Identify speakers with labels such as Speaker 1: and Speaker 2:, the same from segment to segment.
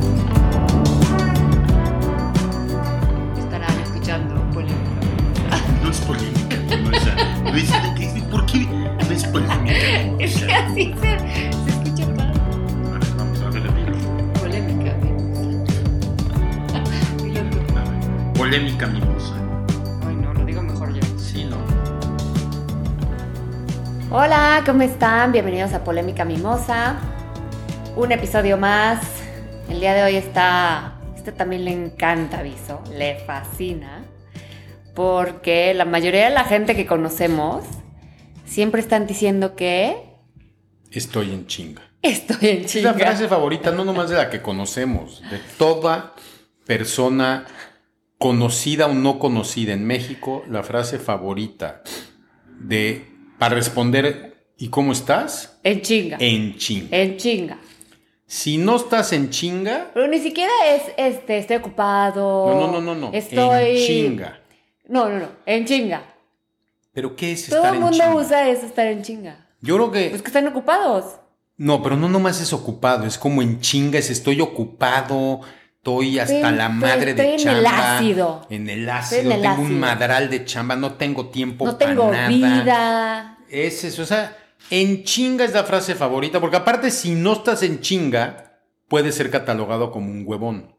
Speaker 1: Es que así se, se escucha padre.
Speaker 2: Vamos a hablar de mí.
Speaker 1: Polémica, ¿eh? Y yo,
Speaker 2: Polémica mimosa.
Speaker 1: Ay, no, lo digo mejor yo.
Speaker 2: Sí, no.
Speaker 3: Hola, ¿cómo están? Bienvenidos a Polémica Mimosa. Un episodio más. El día de hoy está. Este también le encanta, aviso. Le fascina. Porque la mayoría de la gente que conocemos siempre están diciendo que
Speaker 4: Estoy en chinga.
Speaker 3: estoy en
Speaker 4: Es la frase
Speaker 3: chinga.
Speaker 4: favorita, no nomás de la que conocemos, de toda persona conocida o no conocida en México, la frase favorita de para responder ¿y cómo estás?
Speaker 3: En chinga.
Speaker 4: En chinga.
Speaker 3: En chinga.
Speaker 4: Si no estás en chinga,
Speaker 3: Pero ni siquiera es este, estoy ocupado.
Speaker 4: no, no, no, no, no.
Speaker 3: Estoy.
Speaker 4: En chinga.
Speaker 3: No, no, no. En chinga.
Speaker 4: Pero ¿qué es
Speaker 3: Todo
Speaker 4: estar
Speaker 3: el
Speaker 4: en
Speaker 3: mundo
Speaker 4: chinga?
Speaker 3: usa eso, estar en chinga.
Speaker 4: Yo creo que
Speaker 3: Pues que están ocupados.
Speaker 4: no, pero no nomás es ocupado, es como en chinga, es estoy ocupado, estoy hasta
Speaker 3: Estoy-
Speaker 4: la madre
Speaker 3: estoy-
Speaker 4: de
Speaker 3: estoy en
Speaker 4: chamba.
Speaker 3: el ácido.
Speaker 4: En el ácido,
Speaker 3: en el
Speaker 4: tengo
Speaker 3: ácido.
Speaker 4: un madral de chamba, no tengo tiempo
Speaker 3: no
Speaker 4: para
Speaker 3: tengo
Speaker 4: nada.
Speaker 3: vida.
Speaker 4: Es eso, o sea, en chinga es la frase favorita, porque aparte si no estás en chinga, puede ser catalogado como un huevón.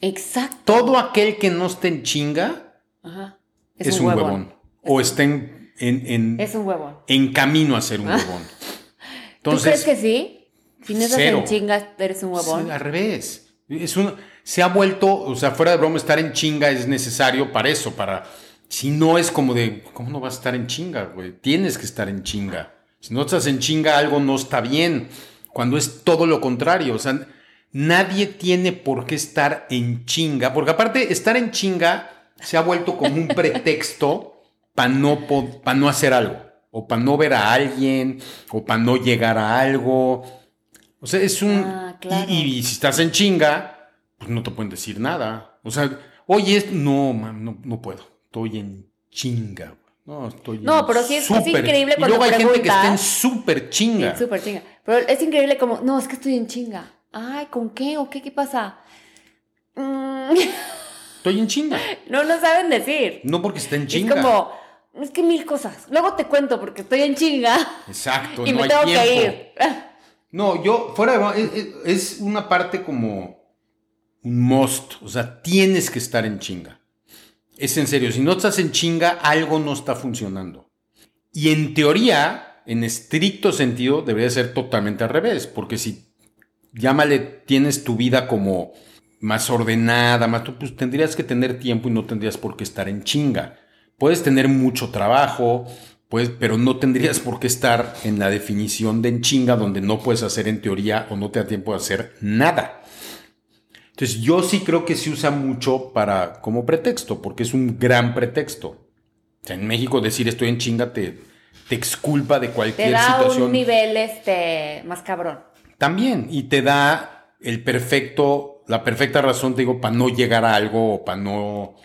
Speaker 3: Exacto.
Speaker 4: Todo aquel que no esté en chinga
Speaker 3: Ajá.
Speaker 4: es, un, huevón. O está en, en- en-
Speaker 3: Es un huevón.
Speaker 4: en camino a ser un huevón.
Speaker 3: ¿Tú crees que sí? Si no estás
Speaker 4: cero.
Speaker 3: en chingas, eres un huevón.
Speaker 4: Sí, al revés. Es un, se ha vuelto, o sea, fuera de broma, estar en chinga es necesario para eso, para... Si no es como de, ¿cómo no vas a estar en chinga, güey? Tienes que estar en chinga. Si no estás en chinga, algo no está bien. Cuando es todo lo contrario, o sea, nadie tiene por qué estar en chinga, porque aparte estar en chinga se ha vuelto como un pretexto para no, po- pa no hacer algo, o para no ver a alguien, o para no llegar a algo. O sea, es un...
Speaker 3: Ah, claro.
Speaker 4: y, y si estás en chinga, pues no te pueden decir nada. O sea, oye, es- no, mam, no, no puedo. Estoy en chinga. güey. No, estoy
Speaker 3: No,
Speaker 4: en
Speaker 3: pero sí es- es
Speaker 4: súper.
Speaker 3: increíble
Speaker 4: Y
Speaker 3: cuando
Speaker 4: luego hay gente que está en
Speaker 3: preguntas.
Speaker 4: súper chinga.
Speaker 3: Sí, Súper chinga. Pero es increíble como, no, es que estoy en chinga. Ay, ¿con qué? ¿O qué? ¿Qué pasa? Mm,
Speaker 4: Estoy en chinga.
Speaker 3: no, no saben decir.
Speaker 4: No porque esté en
Speaker 3: Es
Speaker 4: chinga.
Speaker 3: como, es que mil cosas. Luego te cuento porque estoy en chinga
Speaker 4: Exacto,
Speaker 3: y
Speaker 4: Pues no
Speaker 3: me
Speaker 4: hay
Speaker 3: tengo
Speaker 4: tiempo.
Speaker 3: que ir.
Speaker 4: No, yo, fuera de broma, es, es- es una parte como un must. O sea, tienes que estar en chinga. Es en serio, si no estás en chinga, algo no está funcionando. Y en teoría, en estricto sentido, debería ser totalmente al revés, porque si llámale, tienes tu vida como más ordenada, más tú, pues tendrías que tener tiempo y no tendrías por qué estar en chinga. Puedes tener mucho trabajo, pues, pero no tendrías por qué estar en la definición de en chinga donde no puedes hacer en teoría o no te da tiempo de hacer nada. Entonces yo sí creo que se usa mucho para como pretexto, porque es un gran pretexto. O sea, en México decir estoy en chinga te, te exculpa de cualquier
Speaker 3: Te da
Speaker 4: situación.
Speaker 3: un nivel este más cabrón.
Speaker 4: También, y te da el perfecto, la perfecta razón, te digo, para no llegar a algo o para no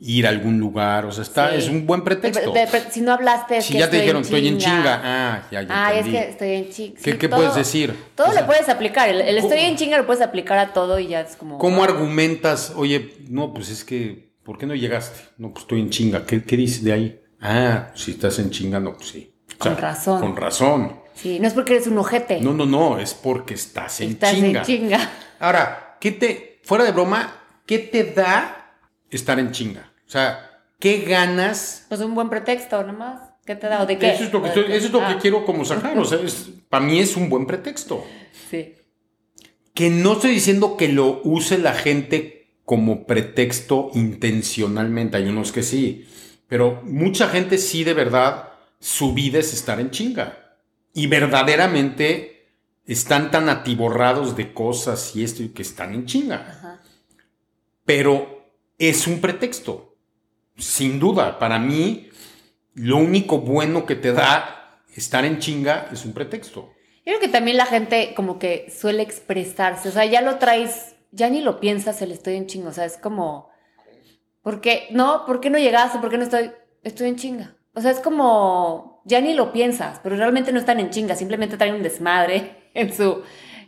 Speaker 4: ir a algún lugar. O sea, está,
Speaker 3: Sí.
Speaker 4: es un buen pretexto.
Speaker 3: Pe- pe- pe- si no hablaste, es
Speaker 4: si
Speaker 3: que
Speaker 4: ya te dijeron, estoy en chinga,
Speaker 3: Ah,
Speaker 4: ah, ya, ya
Speaker 3: es
Speaker 4: entendí.
Speaker 3: que estoy en chinga.
Speaker 4: ¿Qué-
Speaker 3: Sí,
Speaker 4: qué
Speaker 3: todo-
Speaker 4: puedes decir?
Speaker 3: Todo
Speaker 4: O sea,
Speaker 3: lo puedes aplicar. El, el estoy
Speaker 4: ¿cómo-
Speaker 3: en chinga lo puedes aplicar a todo y ya es como.
Speaker 4: ¿Cómo argumentas? Oye, no, pues es que, ¿por qué no llegaste? No, pues estoy en chinga. ¿Qué, qué dices de ahí? Ah, si estás en chinga, no, pues sí. O
Speaker 3: Con razón.
Speaker 4: Con razón.
Speaker 3: Sí, no es porque eres un ojete.
Speaker 4: No, no, no, es porque estás en
Speaker 3: Estás
Speaker 4: chinga.
Speaker 3: en chinga.
Speaker 4: Ahora, ¿qué te, fuera de broma, qué te da estar en chinga? O sea, ¿qué ganas?
Speaker 3: Pues un buen pretexto, nomás. ¿Qué te da? ¿O de qué?
Speaker 4: Eso es lo que,
Speaker 3: ¿O de
Speaker 4: estoy-
Speaker 3: qué?
Speaker 4: eso es lo que
Speaker 3: Ah,
Speaker 4: quiero como sacar. O sea, es- para mí es un buen pretexto.
Speaker 3: Sí.
Speaker 4: Que no estoy diciendo que lo use la gente como pretexto intencionalmente. Hay unos que sí. Pero mucha gente sí, de verdad, su vida es estar en chinga. Y verdaderamente están tan atiborrados de cosas y esto y que están en chinga.
Speaker 3: Ajá.
Speaker 4: pero es un pretexto. Sin duda, para mí, lo único bueno que te da estar en chinga es un pretexto.
Speaker 3: Yo creo que también la gente como que suele expresarse, o sea, ya lo traes, ya ni lo piensas el estoy en chinga, o sea, es como, ¿por qué? No, ¿por qué no llegaste? ¿Por qué no estoy? Estoy en chinga. O sea, es como, ya ni lo piensas, pero realmente no están en chinga, simplemente traen un desmadre en su,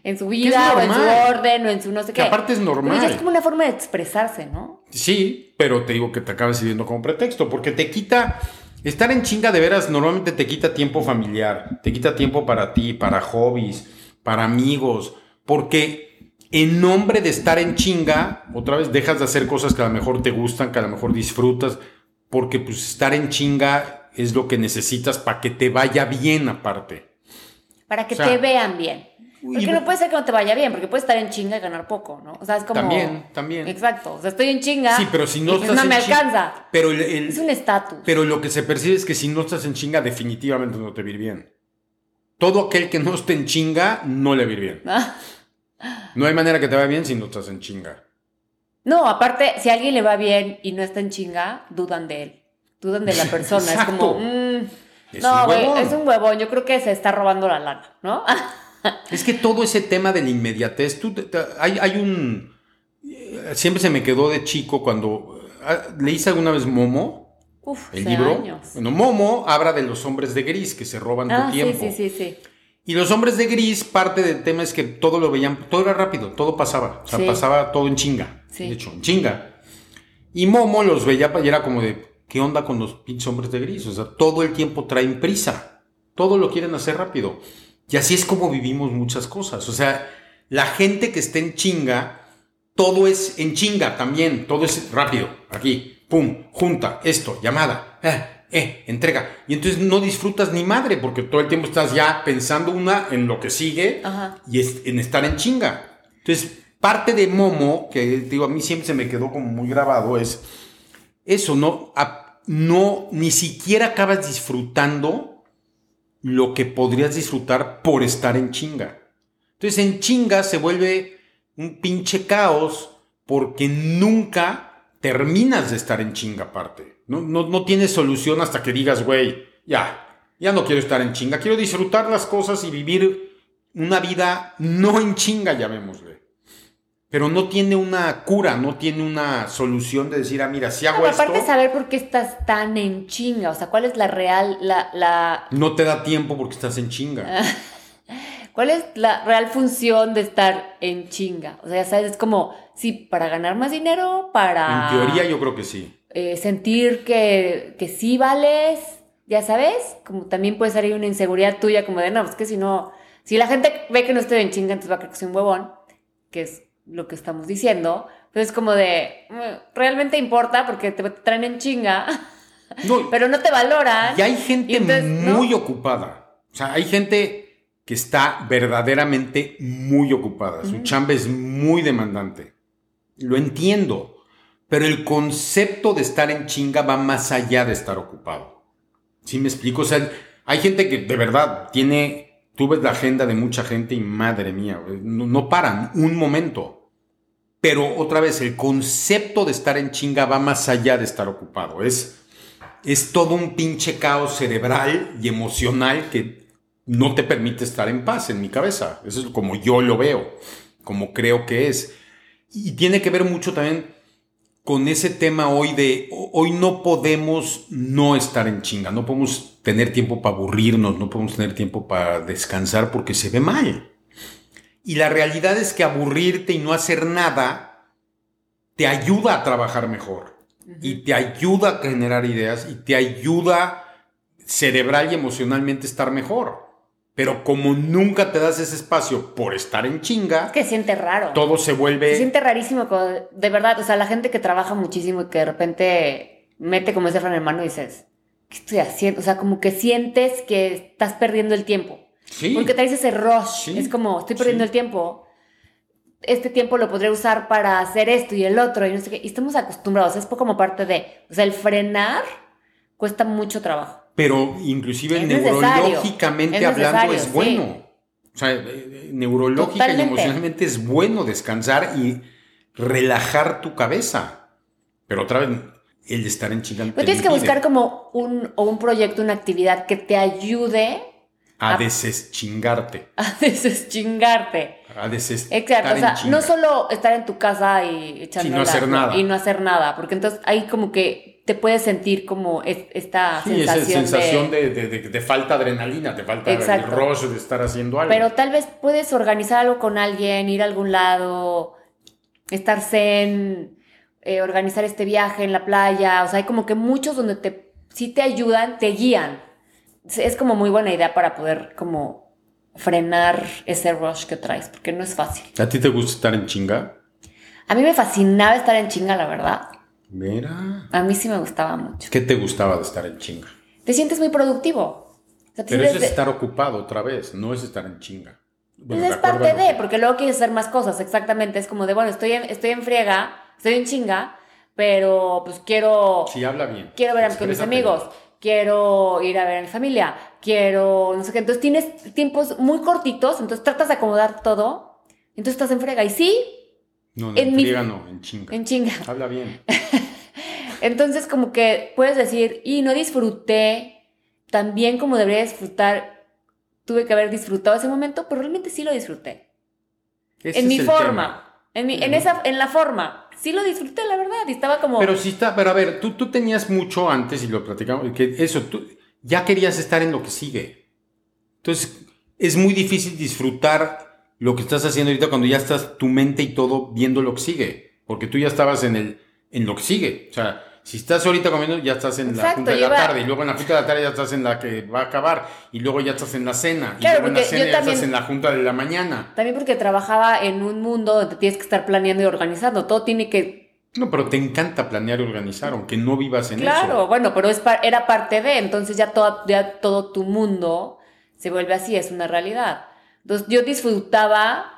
Speaker 3: en su vida,
Speaker 4: es
Speaker 3: o en su
Speaker 4: normal.
Speaker 3: orden, o en su no sé
Speaker 4: Que
Speaker 3: qué.
Speaker 4: aparte es normal.
Speaker 3: Pero ya es como una forma de expresarse, ¿no?
Speaker 4: Sí, pero te digo que te acabas sirviendo como pretexto, porque te quita Estar en chinga de veras normalmente te quita tiempo familiar, te quita tiempo para ti, para hobbies, para amigos, porque en nombre de estar en chinga, otra vez dejas de hacer cosas que a lo mejor te gustan, que a lo mejor disfrutas, porque pues estar en chinga es lo que necesitas para que te vaya bien aparte.
Speaker 3: Para que
Speaker 4: O sea,
Speaker 3: te vean bien.
Speaker 4: y-
Speaker 3: Porque no puede ser que no te vaya bien, porque puedes estar en chinga y ganar poco, ¿no? O sea, es como.
Speaker 4: También, también.
Speaker 3: Exacto. O sea, estoy en chinga.
Speaker 4: Sí, pero si no
Speaker 3: y pues
Speaker 4: estás
Speaker 3: no
Speaker 4: en
Speaker 3: me
Speaker 4: chinga-
Speaker 3: alcanza.
Speaker 4: Pero el- el-
Speaker 3: Es un estatus.
Speaker 4: Pero lo que se percibe es que si no estás en chinga, definitivamente no te va a ir bien. Todo aquel que no esté en chinga, no le va a ir bien. No hay manera que te vaya bien si no estás en chinga.
Speaker 3: No, aparte, si a alguien le va bien y no está en chinga, dudan de él. Dudan de la persona. es como.
Speaker 4: Exacto.
Speaker 3: mm,
Speaker 4: Es
Speaker 3: no,
Speaker 4: un
Speaker 3: güey,
Speaker 4: huevón.
Speaker 3: es un huevón. Yo creo que se está robando la lana, ¿no?
Speaker 4: Es que todo ese tema de la inmediatez, tú te- te- hay, hay un... eh, Siempre se me quedó de chico cuando... ah, ¿Leíste alguna vez Momo?
Speaker 3: Uf,
Speaker 4: El
Speaker 3: hace
Speaker 4: libro.
Speaker 3: años.
Speaker 4: Bueno, Momo habla de los hombres de gris que se roban tu
Speaker 3: Ah, sí,
Speaker 4: tiempo.
Speaker 3: sí, sí, sí.
Speaker 4: Y los hombres de gris, parte del tema es que todo lo veían, todo era rápido, todo pasaba. O sea,
Speaker 3: Sí.
Speaker 4: pasaba todo en chinga.
Speaker 3: Sí.
Speaker 4: De hecho, en chinga. Y Momo los veía y era como de, ¿qué onda con los pinches hombres de gris? O sea, todo el tiempo traen prisa. Todo lo quieren hacer rápido. Y así es como vivimos muchas cosas. O sea, la gente que está en chinga, todo es en chinga también. Todo es rápido. Aquí, pum, junta, esto, llamada, eh, eh, entrega. Y entonces no disfrutas ni madre porque todo el tiempo estás ya pensando una en lo que sigue
Speaker 3: Ajá.
Speaker 4: y es, en estar en chinga. Entonces, parte de Momo, que digo, a mí siempre se me quedó como muy grabado, es eso, no, A- no, ni siquiera acabas disfrutando lo que podrías disfrutar por estar en chinga. Entonces, en chinga se vuelve un pinche caos porque nunca terminas de estar en chinga aparte. No, no, no tienes solución hasta que digas, güey, ya, ya no quiero estar en chinga, quiero disfrutar las cosas y vivir una vida no en chinga, llamémosle. Pero no tiene una cura, no tiene una solución de decir, ah, mira, si
Speaker 3: No,
Speaker 4: hago
Speaker 3: pero
Speaker 4: esto,
Speaker 3: aparte, saber por qué estás tan en chinga. O sea, cuál es la real. La, la,
Speaker 4: no te da tiempo porque estás en chinga.
Speaker 3: ¿Cuál es la real función de estar en chinga? O sea, ya sabes, es como, sí, para ganar más dinero, para...
Speaker 4: En teoría yo creo que sí.
Speaker 3: eh, sentir que, que sí vales, ya sabes, como también puede salir una inseguridad tuya, como de, no, pues que si no, si la gente ve que no estoy en chinga, entonces va a creer que soy un huevón, que es lo que estamos diciendo, pero es como de, mm, realmente importa porque te traen en chinga,
Speaker 4: No,
Speaker 3: pero no te valoran.
Speaker 4: Y hay gente
Speaker 3: Y entonces, ¿no?
Speaker 4: muy ocupada. O sea, hay gente que está verdaderamente muy ocupada. Su chamba es muy demandante. Lo entiendo. Pero el concepto de estar en chinga va más allá de estar ocupado. ¿Sí me explico? O sea, hay gente que de verdad tiene. Tú ves la agenda de mucha gente y madre mía, güey, no, no paran un momento. Pero otra vez, el concepto de estar en chinga va más allá de estar ocupado. Es es todo un pinche caos cerebral y emocional que no te permite estar en paz en mi cabeza. Eso es como yo lo veo, como creo que es. Y tiene que ver mucho también con ese tema hoy de ho- hoy no podemos no estar en chinga, no podemos tener tiempo para aburrirnos, no podemos tener tiempo para descansar porque se ve mal. Y la realidad es que aburrirte y no hacer nada te ayuda a trabajar mejor y te ayuda a generar ideas y te ayuda cerebral y emocionalmente estar mejor. Pero como nunca te das ese espacio por estar en chinga,
Speaker 3: que siente raro.
Speaker 4: todo se
Speaker 3: Se
Speaker 4: vuelve...
Speaker 3: siente rarísimo, como de- de verdad. O sea, la gente que trabaja muchísimo y que de repente mete como ese freno en mano y dices, ¿qué estoy haciendo? O sea, como que sientes que estás perdiendo el tiempo.
Speaker 4: Sí,
Speaker 3: Porque traes ese rush.
Speaker 4: Sí.
Speaker 3: Es como, estoy perdiendo
Speaker 4: Sí.
Speaker 3: el tiempo. Este tiempo lo podré usar para hacer esto y el otro y no sé qué. Y estamos acostumbrados. Es como parte de, o sea, el frenar cuesta mucho trabajo.
Speaker 4: pero inclusive
Speaker 3: Es necesario,
Speaker 4: neurológicamente
Speaker 3: es necesario,
Speaker 4: hablando es
Speaker 3: sí.
Speaker 4: bueno. O sea, eh, eh, neurológica y
Speaker 3: Totalmente.
Speaker 4: emocionalmente es bueno descansar y relajar tu cabeza. Pero otra vez, el estar en chinga... te
Speaker 3: Pero tienes que
Speaker 4: impide
Speaker 3: buscar como un, o un proyecto, una actividad que te ayude
Speaker 4: A deseschingarte,
Speaker 3: a deschingarte.
Speaker 4: a deses
Speaker 3: Exacto,
Speaker 4: estar
Speaker 3: o
Speaker 4: en
Speaker 3: sea,
Speaker 4: chinga.
Speaker 3: no solo estar en tu casa y echando
Speaker 4: Sin no hacer
Speaker 3: la-
Speaker 4: nada.
Speaker 3: y no hacer nada, porque entonces ahí como que te puedes sentir como es- esta
Speaker 4: Sí, esa
Speaker 3: sensación,
Speaker 4: sensación
Speaker 3: de,
Speaker 4: de, de, de- de falta de adrenalina, te falta el
Speaker 3: Exacto.
Speaker 4: rush de estar haciendo algo.
Speaker 3: pero tal vez puedes organizar algo con alguien, ir a algún lado, estar zen, eh, organizar este viaje en la playa, o sea, hay como que muchos donde te sí te ayudan, te guían. Es- Es como muy buena idea para poder como frenar ese rush que traes, porque no es fácil.
Speaker 4: ¿A ti te gusta estar en chinga?
Speaker 3: A mí me fascinaba estar en chinga, la verdad.
Speaker 4: Mira.
Speaker 3: A mí sí me gustaba mucho.
Speaker 4: ¿Qué te gustaba de estar en chinga?
Speaker 3: Te sientes muy productivo. O sea, te
Speaker 4: Pero eso
Speaker 3: sientes
Speaker 4: es
Speaker 3: de-
Speaker 4: estar ocupado otra vez, no es estar en chinga.
Speaker 3: Pues
Speaker 4: Bueno,
Speaker 3: es
Speaker 4: de acuerdo
Speaker 3: parte
Speaker 4: a lo que-
Speaker 3: de, porque luego quieres hacer más cosas, exactamente. Es como de, bueno, estoy en, estoy en friega, estoy en chinga, pero pues quiero,
Speaker 4: Si habla bien.
Speaker 3: quiero ver a- con mis
Speaker 4: exprésate
Speaker 3: amigos,
Speaker 4: bien.
Speaker 3: quiero ir a ver a mi familia, quiero, no sé qué. Entonces tienes tiempos muy cortitos, entonces tratas de acomodar todo, entonces estás en friega. Y sí,
Speaker 4: No, no,
Speaker 3: en
Speaker 4: en
Speaker 3: mi-
Speaker 4: friega no, en chinga.
Speaker 3: en chinga.
Speaker 4: Habla bien.
Speaker 3: Entonces como que puedes decir, y no disfruté también como debería disfrutar. Tuve que haber disfrutado ese momento, pero realmente sí lo disfruté.
Speaker 4: Ese
Speaker 3: en mi
Speaker 4: es el tema.
Speaker 3: forma. En, mi- en,
Speaker 4: Ujú.
Speaker 3: esa, en la forma. Sí lo disfruté, la verdad. Y estaba como.
Speaker 4: Pero sí está, pero a ver, tú, tú tenías mucho antes y lo platicamos, que eso, tú ya querías estar en lo que sigue. Entonces, es muy difícil disfrutar lo que estás haciendo ahorita cuando ya estás tu mente y todo viendo lo que sigue, porque tú ya estabas en el en lo que sigue. O sea, si estás ahorita comiendo, ya estás en la
Speaker 3: Exacto,
Speaker 4: junta de
Speaker 3: lleva-
Speaker 4: la tarde, y luego en la junta de la tarde ya estás en la que va a acabar, y luego ya estás en la cena, y
Speaker 3: Claro,
Speaker 4: luego en la
Speaker 3: porque
Speaker 4: cena
Speaker 3: yo
Speaker 4: ya estás
Speaker 3: también-
Speaker 4: en la junta de la mañana.
Speaker 3: También porque trabajaba en un mundo donde tienes que estar planeando y organizando. Todo tiene que.
Speaker 4: No, pero te encanta planear y organizar, aunque no vivas en
Speaker 3: claro,
Speaker 4: eso.
Speaker 3: bueno, pero es par- era parte de. Entonces ya, toda, ya todo tu mundo se vuelve así, es una realidad. Entonces yo disfrutaba.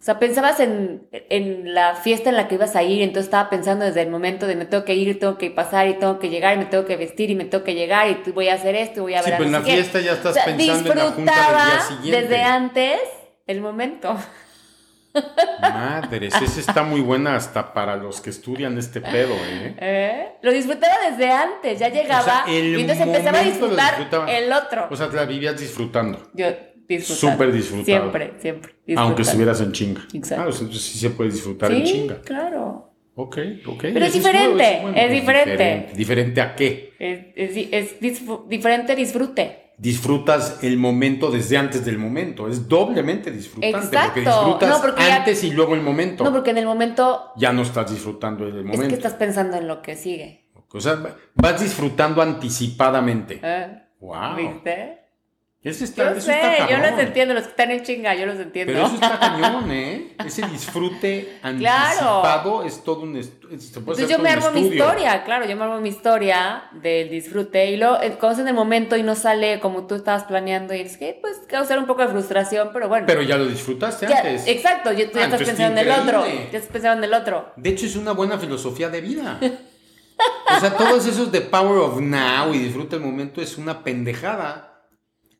Speaker 3: O sea, pensabas en, en la fiesta en la que ibas a ir, entonces estaba pensando desde el momento de me tengo que ir, tengo que pasar y tengo que llegar y me tengo que vestir y me tengo que llegar y tú- voy a hacer esto y voy a
Speaker 4: Sí,
Speaker 3: ver a
Speaker 4: pues en
Speaker 3: no
Speaker 4: la
Speaker 3: sé qué.
Speaker 4: fiesta ya estás
Speaker 3: O sea,
Speaker 4: pensando en la junta del día
Speaker 3: disfrutaba
Speaker 4: siguiente.
Speaker 3: desde antes el momento.
Speaker 4: Madres, esa está muy buena hasta para los que estudian este pedo, ¿eh?
Speaker 3: ¿Eh? Lo disfrutaba desde antes, ya llegaba
Speaker 4: el
Speaker 3: y entonces empezaba a
Speaker 4: momento lo
Speaker 3: disfrutar
Speaker 4: disfrutaba.
Speaker 3: el otro.
Speaker 4: O sea, te la vivías disfrutando,
Speaker 3: Yo disfrutaba.
Speaker 4: Súper disfrutaba.
Speaker 3: Siempre, siempre. disfrutaba.
Speaker 4: aunque estuvieras en chinga.
Speaker 3: Exacto.
Speaker 4: Ah, o sea, entonces sí se puede disfrutar en
Speaker 3: Sí,
Speaker 4: chinga.
Speaker 3: claro.
Speaker 4: Ok, ok.
Speaker 3: Pero es
Speaker 4: eso nuevo,
Speaker 3: diferente,
Speaker 4: eso
Speaker 3: es diferente.
Speaker 4: diferente. ¿Diferente a qué?
Speaker 3: Es, es- es disfr- diferente disfrute.
Speaker 4: Disfrutas el momento desde antes del momento. Es doblemente disfrutante. Porque
Speaker 3: Exacto.
Speaker 4: disfrutas
Speaker 3: No, porque ya-
Speaker 4: antes y luego el momento.
Speaker 3: No, porque en el momento,
Speaker 4: Ya no estás disfrutando el momento.
Speaker 3: es que estás pensando en lo que sigue.
Speaker 4: O sea, vas disfrutando anticipadamente.
Speaker 3: ¿Eh?
Speaker 4: Wow.
Speaker 3: ¿Viste?
Speaker 4: Eso está,
Speaker 3: Yo
Speaker 4: Ah. eso
Speaker 3: sé,
Speaker 4: está
Speaker 3: yo los
Speaker 4: cabrón.
Speaker 3: entiendo, los que están en chinga, yo los entiendo.
Speaker 4: Pero eso está cañón, ¿eh? Ese disfrute
Speaker 3: Claro.
Speaker 4: anticipado es todo un estudio.
Speaker 3: Entonces yo me armo mi historia, claro, yo me armo mi historia del disfrute y luego eh, cuando es en el momento y no sale como tú estabas planeando y es que pues causar un poco de frustración, pero bueno.
Speaker 4: Pero ya lo disfrutaste
Speaker 3: Ya,
Speaker 4: antes.
Speaker 3: exacto, yo, tú ya
Speaker 4: Ah,
Speaker 3: estás
Speaker 4: entonces
Speaker 3: pensando en el otro,
Speaker 4: increíble.
Speaker 3: ya estás pensando en el otro.
Speaker 4: De hecho, es una buena filosofía de vida. O sea, todos esos de power of now y disfruta el momento es una pendejada.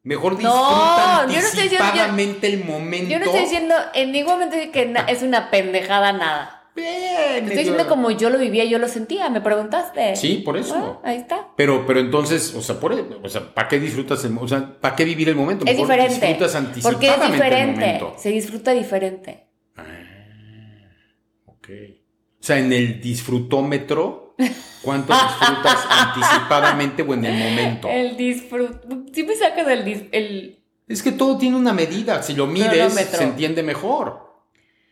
Speaker 4: Mejor disfruta
Speaker 3: No, yo no estoy diciendo-
Speaker 4: anticipadamente el momento.
Speaker 3: Yo no estoy diciendo en ningún momento que na- es una pendejada nada.
Speaker 4: Bien,
Speaker 3: Estoy
Speaker 4: medio-
Speaker 3: diciendo como yo lo vivía, yo lo sentía, me preguntaste.
Speaker 4: Sí, por eso.
Speaker 3: Ah, ahí está.
Speaker 4: Pero, pero entonces, o sea, por, e, o sea, ¿para qué disfrutas el, o sea, ¿para qué vivir el momento?
Speaker 3: Es
Speaker 4: Mejor
Speaker 3: diferente.
Speaker 4: Disfrutas
Speaker 3: Porque es
Speaker 4: anticipadamente el
Speaker 3: diferente.
Speaker 4: momento. Ah,
Speaker 3: Se disfruta diferente.
Speaker 4: Ok. O sea, en el disfrutómetro, ¿cuánto disfrutas anticipadamente o en el momento?
Speaker 3: El disfrute. Si me sacas el, dis- el
Speaker 4: Es que todo tiene una medida. Si lo mides,
Speaker 3: Cronómetro.
Speaker 4: se entiende mejor.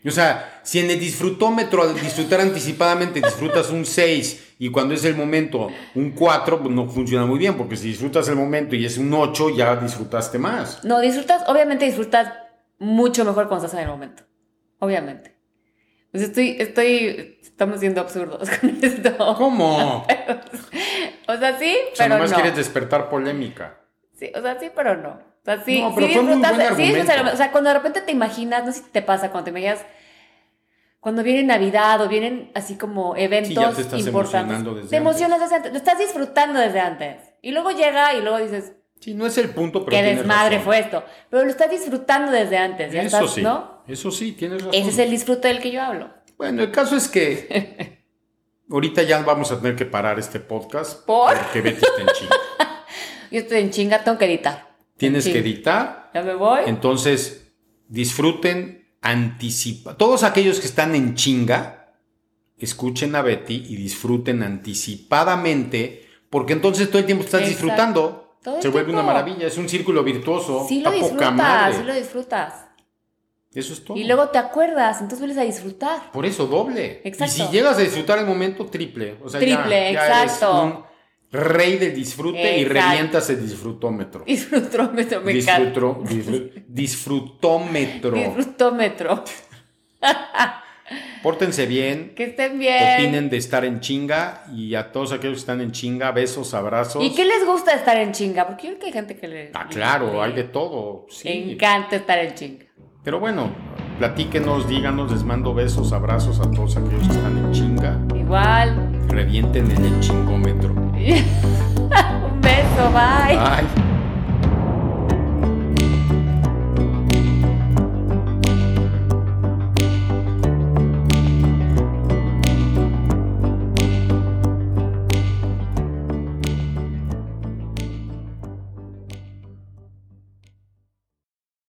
Speaker 4: O sea, si en el disfrutómetro al disfrutar anticipadamente disfrutas un 6 y cuando es el momento un 4, pues no funciona muy bien, porque si disfrutas el momento y es un 8, ya disfrutaste más.
Speaker 3: No, disfrutas, obviamente disfrutas mucho mejor cuando estás en el momento. Obviamente. Pues estoy, estoy, estamos siendo absurdos con esto.
Speaker 4: ¿Cómo? O
Speaker 3: O sea, sí,
Speaker 4: sea,
Speaker 3: pero
Speaker 4: nomás
Speaker 3: no.
Speaker 4: quieres despertar polémica.
Speaker 3: Sí, o sea, sí, pero no. O sea, sí,
Speaker 4: No, pero
Speaker 3: sí
Speaker 4: fue muy
Speaker 3: disfrutas,
Speaker 4: buen
Speaker 3: sí disfrutas el
Speaker 4: argumento.
Speaker 3: momento. o sea, cuando de repente te imaginas, no sé si te pasa, cuando te imaginas, cuando viene Navidad o vienen así como eventos
Speaker 4: estás
Speaker 3: importantes.
Speaker 4: emocionando desde
Speaker 3: te
Speaker 4: antes.
Speaker 3: emocionas desde antes, lo estás disfrutando desde antes. Y luego llega y luego dices,
Speaker 4: Sí, no es el punto, pero
Speaker 3: qué
Speaker 4: tienes
Speaker 3: desmadre
Speaker 4: razón.
Speaker 3: fue esto. Pero lo estás disfrutando desde antes, ya
Speaker 4: Eso
Speaker 3: estás,
Speaker 4: sí,
Speaker 3: ¿no?
Speaker 4: eso sí, tienes razón.
Speaker 3: Ese es el disfrute del que yo hablo.
Speaker 4: Bueno, el caso es que ahorita ya vamos a tener que parar este podcast
Speaker 3: ¿Por?
Speaker 4: porque Betty está en chinga.
Speaker 3: Yo estoy en chinga, tengo que editar.
Speaker 4: Tienes
Speaker 3: Sí.
Speaker 4: que editar,
Speaker 3: Ya me voy.
Speaker 4: entonces disfruten, anticipa. Todos aquellos que están en chinga, escuchen a Betty y disfruten anticipadamente, porque entonces todo el tiempo estás
Speaker 3: Exacto.
Speaker 4: disfrutando.
Speaker 3: Todo el
Speaker 4: Se vuelve
Speaker 3: tiempo.
Speaker 4: una maravilla, es un círculo virtuoso.
Speaker 3: sí lo
Speaker 4: está poca
Speaker 3: disfrutas,
Speaker 4: madre.
Speaker 3: sí lo disfrutas.
Speaker 4: Eso es todo.
Speaker 3: Y luego te acuerdas, entonces vuelves a disfrutar.
Speaker 4: Por eso, doble.
Speaker 3: Exacto.
Speaker 4: Y si llegas a disfrutar el momento, triple. O sea, ya-
Speaker 3: Triple,
Speaker 4: ya eres
Speaker 3: exacto.
Speaker 4: un Rey del disfrute y
Speaker 3: Exacto.
Speaker 4: revientas el disfrutómetro.
Speaker 3: Disfrutómetro, me encanta.
Speaker 4: Disfrutro- disfru- disfrutómetro.
Speaker 3: Disfrutómetro.
Speaker 4: Pórtense bien.
Speaker 3: Que estén bien.
Speaker 4: Opinen de estar en chinga y a todos aquellos que están en chinga, besos, abrazos.
Speaker 3: ¿Y qué les gusta estar en chinga? Porque yo creo que hay gente que le.
Speaker 4: Ah, claro, hay de todo. sí.
Speaker 3: Le encanta estar en chinga.
Speaker 4: Pero bueno, platíquenos, díganos, les mando besos, abrazos a todos aquellos que están en chinga.
Speaker 3: Igual.
Speaker 4: Revienten en el chingómetro.
Speaker 3: Un beso, bye.
Speaker 4: Bye.